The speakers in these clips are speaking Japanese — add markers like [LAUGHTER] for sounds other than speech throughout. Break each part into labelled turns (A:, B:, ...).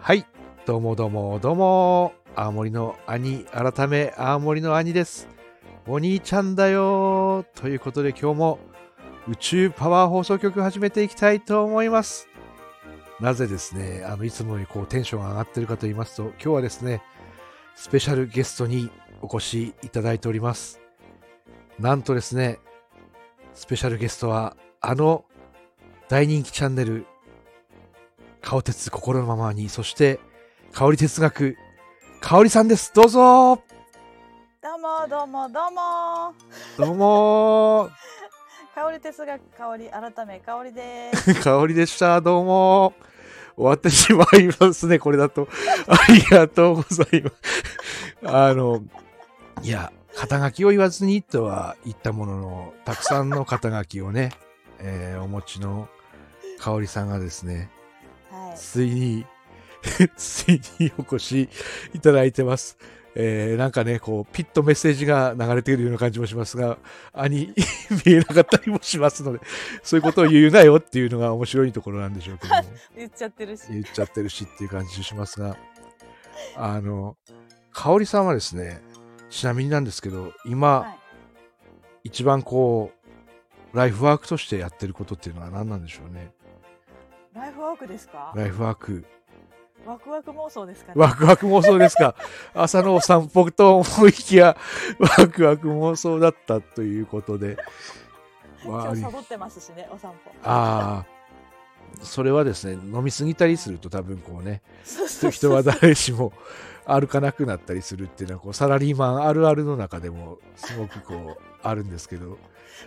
A: はいどうもどうもどうも青森の兄改め青森の兄ですお兄ちゃんだよということで今日も宇宙パワー放送局始めていきたいと思いますなぜですねあのいつもよりこうテンションが上がってるかと言いますと今日はですねスペシャルゲストにお越しいただいておりますなんとですねスペシャルゲストはあの大人気チャンネル顔鉄心のままにそして香り哲学香りさんですどうぞ
B: どうもどうもどうも
A: どうも [LAUGHS]
B: 香り哲学香り改め香りで
A: [LAUGHS]
B: す
A: ー香りでしたどうも終わってしまいますねこれだと [LAUGHS] ありがとうございます [LAUGHS] あのいや肩書きを言わずにとは言ったもののたくさんの肩書きをね、えーお持ちの香りさんがですね
B: はい
A: ついに、 [LAUGHS] ついにお越しいただいてます。えーなんかね、こう、ピッとメッセージが流れてくるような感じもしますが、兄、 [LAUGHS] 見えなかったりもしますので、そういうことを言うなよっていうのが面白いところなんでしょうけども、
B: 言っちゃってるし
A: 言っちゃってるしっていう感じしますが、あの、香織さんはですね、ちなみになんですけど、今、
B: はい
A: 一番こう、ライフワークとしてやってることっていうのは何なんでしょうね。
B: ライフワークですか
A: ライフワーク。
B: ワクワク妄想ですかね
A: ワクワク妄想です
B: [LAUGHS]
A: か。朝のお散歩と思いきや、ワクワク妄想だったということで。わ
B: 今
A: あ
B: 日サボってますしねお散歩
A: あー、それはですね、飲みすぎたりすると多分こうね、
B: そうそうそう
A: 人は誰しも歩かなくなったりするっていうのはこう、サラリーマンあるあるの中でもすごくこう、あるんですけど、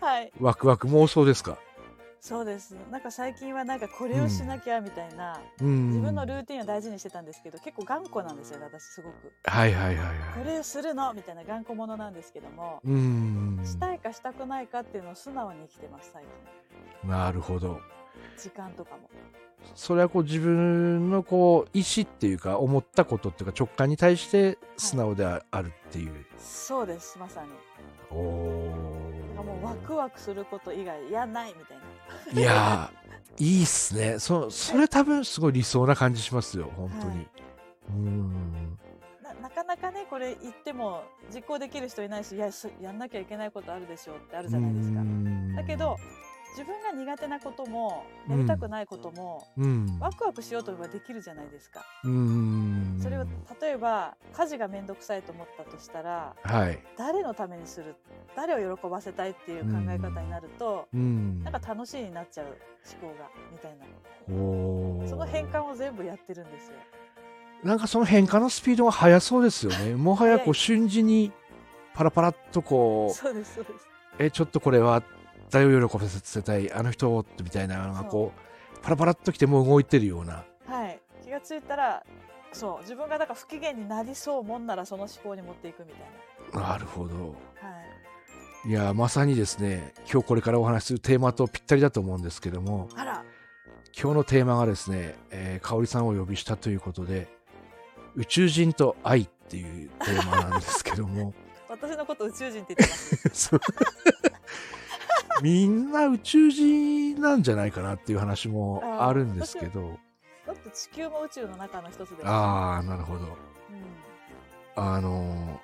B: はい
A: ワクワク妄想ですか。
B: そうですなんか最近はなんかこれをしなきゃみたいな、
A: うん。
B: 自分のルーティンを大事にしてたんですけど結構頑固なんですよね私すごく
A: はいはいはいは
B: こ
A: い。
B: れをするのみたいな頑固者なんですけども
A: うん。
B: したいかしたくないかっていうのを素直に生きてます最近
A: なるほど。
B: 時間とかも
A: それはこう自分のこう意思っていうか思ったことっていうか直感に対して素直でああるっていう。
B: そうですまさに
A: お
B: あもうワク
A: お。
B: ワクすること以外やんないみたいない
A: やーいいっすね。そそれ多分すごい理想な感じしますよ本当に。
B: はいう
A: ーん
B: ななかなかねこれ言っても実行できる人いないしいやそやんなきゃいけないことあるでしょうってあるじゃないですか
A: うーん
B: だけど自分が苦手なこともやりたくないことも、
A: うん
B: ワクワクしようと思えばできるじゃないですか、
A: うーん
B: それを例えば家事が面倒くさいと思ったとしたら
A: はい。
B: 誰のためにする誰を喜ばせたいっていう考え方になると、
A: うん。
B: なんか楽しいになっちゃう思考がみたいな
A: おー
B: その変換を全部やってるんですよ
A: なんかその変化のスピードが速そうですよね。もはやこう瞬時にパラパラっとこう。
B: そうですそうです
A: えちょっとこれは誰を喜ばせたいあの人をみたいなのがこうパラパラっときてもう動いてるような
B: はい、気がついたらそう自分がなんか不機嫌になりそうもんならその思考に持っていくみたい
A: なるほど
B: な、はい
A: いやまさにですね今日これからお話しするテーマとぴったりだと思うんですけども、
B: あら
A: 今日のテーマがですね、えー、香織さんをお呼びしたということで宇宙人と愛っていうテーマなんですけど [LAUGHS] も
B: 私のこと宇宙人って言ってます
A: そうみんな宇宙人なんじゃないかなっていう話もあるんですけど
B: だって地球も宇宙の中の一つです
A: ああーなるほど
B: うん
A: あの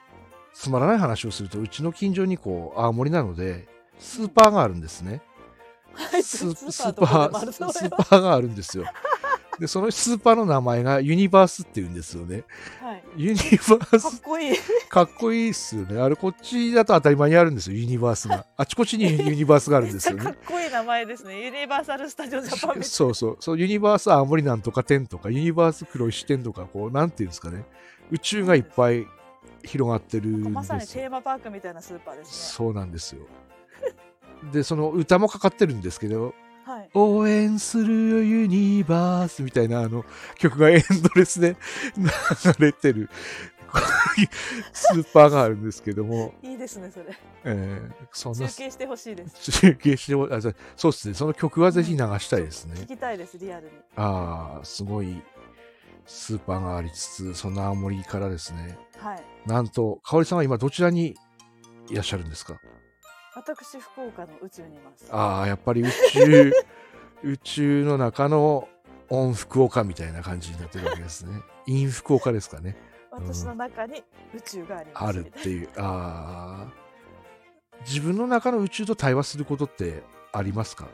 A: つまらない話をするとうちの近所にこう青森なのでスーパーがあるんですね、
B: はい
A: ス
B: ス
A: スー
B: ー
A: パ
B: パー
A: ース
B: どこでもあ
A: ス
B: る
A: ー
B: と
A: パ
B: 思
A: ー
B: い
A: があるんですよでそのスーパーの名前がユニバースっていうんですよね
B: ますはい
A: ユニバー
B: かっ
A: ス
B: こいい
A: かっこいいっすよねあれこっちだと当たり前にあるんですよユニバースがあちこ
B: [LAUGHS]
A: ちにユニバースがあるんですよ
B: めっちゃ
A: ね
B: かっこいい名前ですねユニバーサル・スタジオ・ジャパンみたいな
A: そうそうそうユニバース青森なんとか店とかユニバース黒石店とかこうなんていうんですかね宇宙がいっぱい広がってるん
B: なんかま
A: です
B: さ
A: よ
B: にテーマパークみたいなスーパーですね
A: そうなんですよ。で、その歌もかかってるんですけど、
B: はい
A: 応援するよユニバースみたいなあの曲がエンドレスで [LAUGHS] 流れてるこういうスーパーがあるんですけども、
B: いいですねそれ
A: えーそんな
B: 中継してほしいです
A: 中継してもあじゃあそうですね、その曲はぜひ流したいですね
B: 聞。きたいですリアルに
A: ああ、すごいスーパーがありつつ、そんな青森からですね、
B: はい
A: なんと、かおりさんは今どちらにいらっしゃるんですか
B: 私福岡の宇宙にいます
A: ああやっぱり宇
B: [LAUGHS]
A: 宙宇宙の中のオン福岡みたいな感じになってるわけですね。イン福岡ですかね。
B: 私の中に宇宙があります
A: あるっていう。ああ自分の中の宇宙と対話することってありますか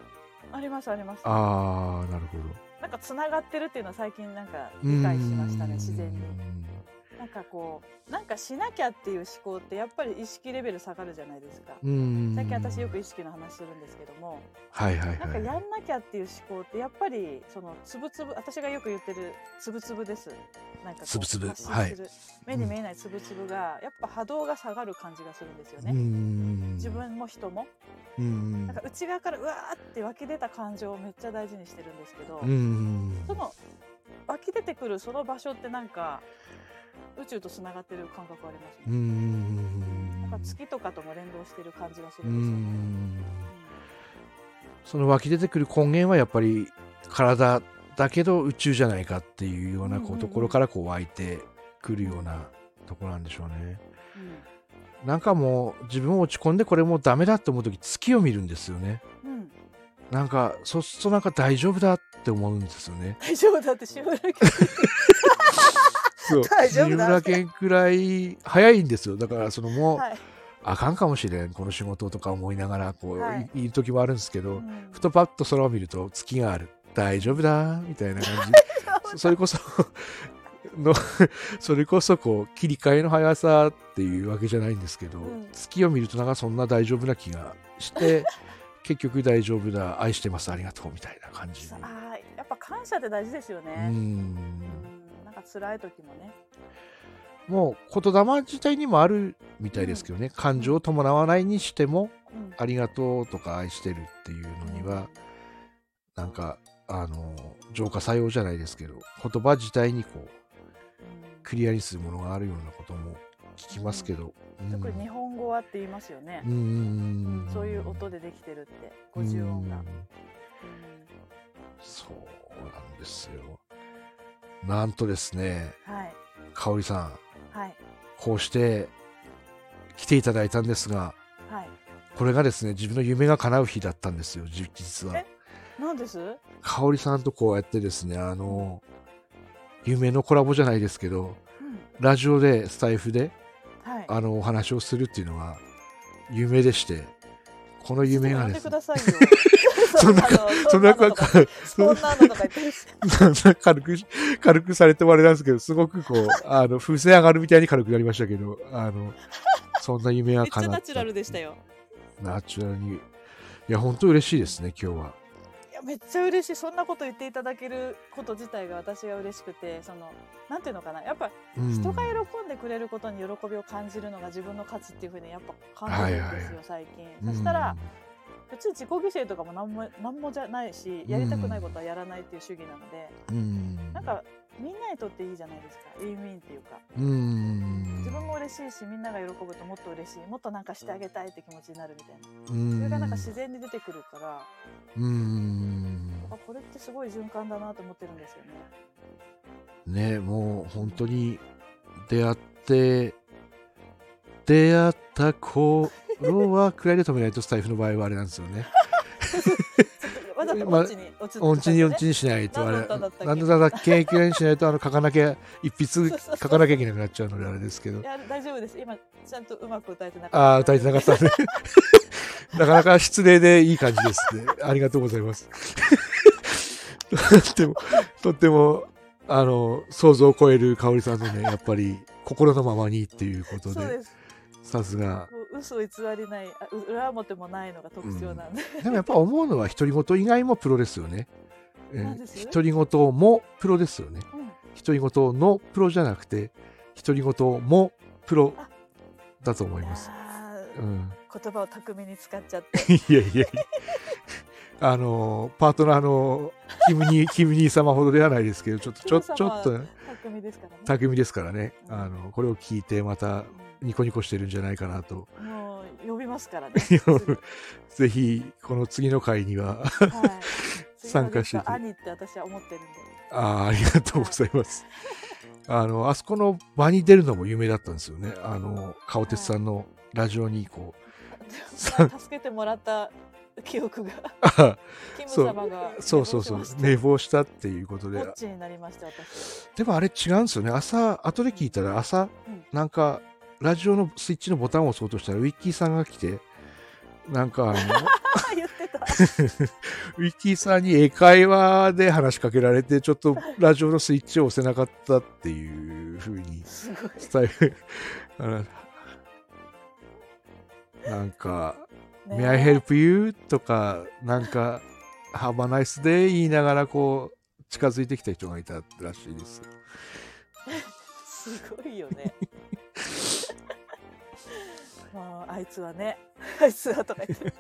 B: ありますあります
A: ああなるほど。
B: なんかつながってるっていうのは最近なんか理解しましたね自然に
A: うん
B: なんかこうなんかしなきゃっていう思考ってやっぱり意識レベル下がるじゃないですか
A: うん。
B: 最近私よく意識の話するんですけども
A: はいはい
B: なんか
A: は
B: や
A: い。
B: んなきゃっていう思考ってやっぱりそのつぶつぶ私がよく言ってるつぶつぶですなんかこう
A: つぶつぶ
B: 発信
A: はい
B: する目に見えないつぶつぶがやっぱ波動が下がる感じがするんですよ
A: う
B: ね
A: ん
B: 自分も人も
A: うん
B: なんか内側からうわーって湧き出た感情をめっちゃ大事にしてるんですけど
A: うん
B: その湧き出てくるその場所ってなんか宇宙とつながってる感覚あります
A: う
B: ね
A: ん
B: なんか月とかとも連動してる感じがす
A: う
B: るんですよね
A: んその湧き出てくる根源はやっぱり体だけど宇宙じゃないかっていうような
B: うんうん
A: こ
B: う
A: うんところからこう湧いてくるようなところなんでしょうね。
B: う
A: なんかもう自分を落ち込んでこれもうダメだと思う時月を見るんですよね。
B: んうん
A: なんかそうするとなんか大丈夫だって思うんですよね。
B: 大丈夫だって志村けん
A: そう
B: 大丈夫だ
A: 三浦健くらい早いんですよ。だからそのもう、
B: はい
A: あかんかもしれんこの仕事とか思いながらこう、
B: はい
A: い、いる時もあるんですけど、
B: うん
A: ふとパッと空を見ると月がある大丈夫だみたいな感じそ
B: [LAUGHS]
A: それこそ [LAUGHS] の [LAUGHS] それこそこう切り替えの速さっていうわけじゃないんですけど、
B: うん
A: 月を見るとなんかそんな大丈夫な気がして
B: [LAUGHS]
A: 結局大丈夫だ愛してますありがとうみたいな感じにう
B: あーやっぱ感謝って大事ですよ
A: ー
B: ね。うんん、なんか辛い時もね。
A: もう言霊自体にもあるみたいですけどね、感情を伴わないにしても
B: うん、
A: ありがとうとか愛してるっていうのには、なんかあの浄化作用じゃないですけど言葉自体にこう
B: うん
A: クリアにするものがあるようなことも聞きますけど、うん、
B: 特に日本語はって言いますよね
A: う。ん
B: そういう音
A: で
B: でできてるって、五十音が。うん
A: そうなんですよなんとですね
B: はい、
A: 香織さん
B: はい、
A: こうして来ていただいたんですが
B: はい。
A: これがですね自分の夢が叶う日だったんですよ実実は
B: えなんです。
A: 香織さんとこうやってですねあの夢のコラボじゃないですけど
B: うん、
A: ラジオでスタイフで
B: はい。
A: あのお話をするっていうのが夢でしてこの夢が
B: ちょっとやめ
A: で
B: て
A: す
B: く
A: ね
B: ださいよ
A: [LAUGHS] そんな
B: あの
A: そんなか
B: そんなのとかそんなのとか言ってるし。
A: 軽く軽くされてもあれなんですけどすごくこうあの風船上がるみたいに軽くなりましたけどあのそんな夢
B: め
A: は
B: っちゃ
A: 叶
B: ナ
A: っ
B: チュラ
A: た
B: ルでしたよ。
A: ナチュラルにいや本当嬉しいですね今日はい
B: やめっちゃ嬉しいそんなこと言っていただけること自体が私が嬉しくてそのなんていうのかなやっぱ
A: うん
B: 人が喜んでくれることに喜びを感じるのが自分の価値っていうふうにやっぱ感じるんですよ、
A: はいはい
B: 最近そしたら、別に自己犠牲とかもなんもなんもじゃないしやりたくないことはやらないっていう主義なので、
A: うんうん
B: なんかみんなにとっていいじゃないですかウィンウィンっていうか
A: うん
B: 自分も嬉しいしみんなが喜ぶともっと嬉しいもっとなんかしてあげたいって気持ちになるみたいな
A: うん
B: それがなんか自然に出てくるから
A: うん
B: あこれってすごい循環だなと思ってるんですよね。
A: ねもう本当に出会って出会った頃はくらいで止めないとスタイフの場合はあれなんですよ [LAUGHS] ね。
B: わざと音痴に落ち
A: 音痴に音
B: 落
A: 痴
B: ち
A: にしないとあれ
B: 何だったんだったっけ
A: 何だったっけくらいにしないとあの書かなきゃ一筆書かなきゃいけなくなっちゃうのであれですけど
B: いや大丈夫です今ちゃんとうまく歌えてなかった
A: ああ歌えてなかったね [LAUGHS] なかなか失礼でいい感じですねありがとうございます [LAUGHS] とってもとってもあの想像を超える香織さんのねやっぱり心のままにっていうこと
B: そう
A: で
B: です
A: さすが
B: もう嘘偽りないあう裏表もないのが特徴なんで、
A: でもやっぱ思うのは独り言以外もプロですよねえ
B: 何です
A: ー独り言もプロですよね
B: うん
A: 独り言のプロじゃなくて独り言もプロだと思います。
B: あ
A: う
B: ー
A: ん、
B: 言葉を巧みに使っちゃっ
A: [LAUGHS]
B: て
A: いやいやいやあのパートナーのキム
B: [LAUGHS]
A: ニーキムニー様ほどではないですけどちょっとちょ
B: キム
A: ちょ
B: 様
A: っ
B: は
A: と
B: 巧みですからね、
A: 巧みですからね
B: うん
A: あのこれを聞いてまたニコニコしてるんじゃないかなと
B: うんもう呼びますからね
A: [LAUGHS] 呼ぶ
B: すぐ
A: ぜひこの次の回には [LAUGHS]
B: はい
A: 参加していただ
B: 次のですが兄って私は思ってるんで
A: あーありがとうございます。あのあそこの場に出るのも有名だったんですよね。あの顔鉄さんのラジオにこう [LAUGHS] さ
B: 助けてもらった記憶が
A: あ
B: キム
A: そう
B: 様が
A: そうそうそう
B: 寝
A: 寝坊したっていうこと
B: 坊し
A: で
B: ましたぼっちになりまし
A: [LAUGHS]
B: た私
A: でもあれ違うんですよね朝後で聞いたら朝
B: うん
A: なんかラジオのスイッチのボタンを押そうとしたらウィッキーさんが来てなんかあ
B: [LAUGHS]
A: の
B: あ言っ
A: [LAUGHS]
B: てた
A: ウィッキーさんに英会話で話しかけられてちょっとラジオのスイッチを押せなかったっていうふうに
B: すごい
A: 伝える [LAUGHS] あのなんか「
B: ね
A: May I help you?」とかなんか「Have a nice day」言いながらこう近づいてきた人がいたらしいです。
B: すごいよね [LAUGHS] まああいつはねあいつはとか言って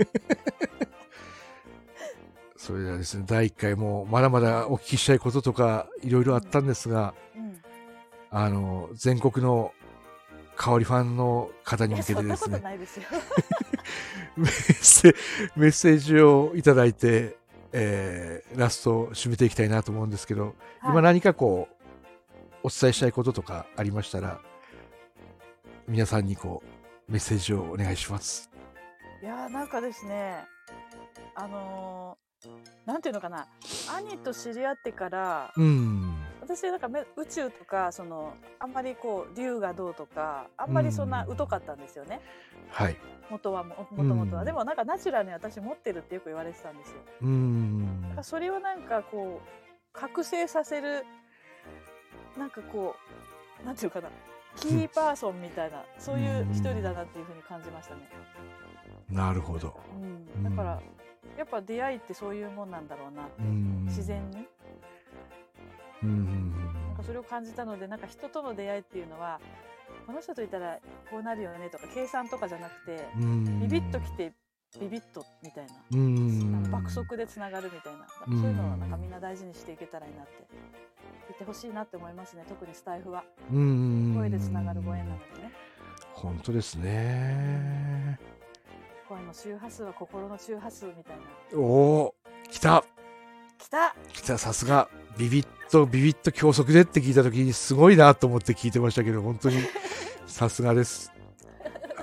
A: それではですね第1回もまだまだお聞きしたいこととかいろいろあったんですが
B: うん
A: あの全国の香りファンの方
B: い
A: に
B: や
A: 向け
B: そ
A: て
B: ん
A: で
B: なこ
A: す
B: と
A: ね
B: ないですよ
A: メッセメッセージをいただいて、えーラストを締めていきたいなと思うんですけど、 [LAUGHS] 今何かこうお伝えしたいこととかありましたら皆さんにこうメッセージをお願いします。
B: いやーなんかですねあのーなんていうのかな兄と知り合ってから
A: うん、
B: 私なんかめ宇宙とかそのあんまりこう竜がどうとかあんまりそんな
A: うん
B: 疎かったんですよね、
A: はい。
B: 元はももともとは、
A: うん
B: でもなんかナチュラルに私持ってるってよく言われてたんですよ
A: う
B: だ
A: ん
B: から、それをなんかこう覚醒させるなんかこうなんていうかなキーパーソンみたいなそういう一人だなっていうふうに感じましたね、
A: なるほど。
B: うん、だからやっぱ出会いってそういうもんなんだろうなって、
A: うん
B: 自然に
A: うん
B: なんかそれを感じたのでなんか人との出会いっていうのはこの人といたらこうなるよねとか計算とかじゃなくて
A: うん
B: ビビッときてビビッとみたいな。
A: うん
B: なんか爆速でつながるみたいな、
A: うん
B: そういうのをなんかみんな大事にしていけたらいいなって言ってほしいなって思いますね特にスタイフは
A: うん
B: 声でつながるご縁なのでね
A: 本当ですね。
B: 声の周波数は心の周波数みたいな
A: おお来た
B: 来た
A: 来たさすがビビッとビビッと教則でって聞いた時にすごいなと思って聞いてましたけど本
B: [LAUGHS]
A: 当にさすがです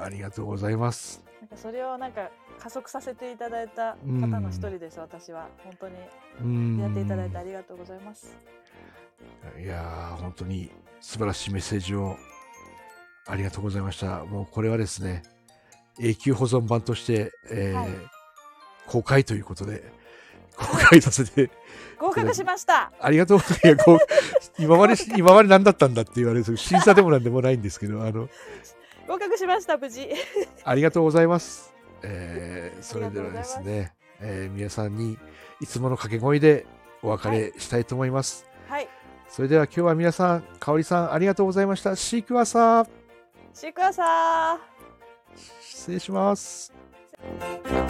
A: ありがとうございます
B: なんかそれをなんか加速させていただいた方の一人です、私は本当に
A: うん
B: やっていただいてありがとうございます。
A: いやー本当に素晴らしいメッセージをありがとうございましたもうこれはですね永久保存版として、えー
B: はい
A: 公開ということで公開させて [LAUGHS]
B: 合格しました。
A: ありがとうございますいやこう今まで今まで何だったんだって言われる審査でもなんでもないんですけどあの
B: 合格しました。無事。
A: ありがとうございます。えーそれでは
B: あり
A: で
B: がとうご
A: す
B: ざいます
A: ね、えー皆さんにいつもの掛け声でお別れしたいと思います。
B: はい。
A: それでは今日は皆さん、かおりさんありがとうございました。シークワーサー、
B: シークワーサー。
A: 失礼します。
B: 「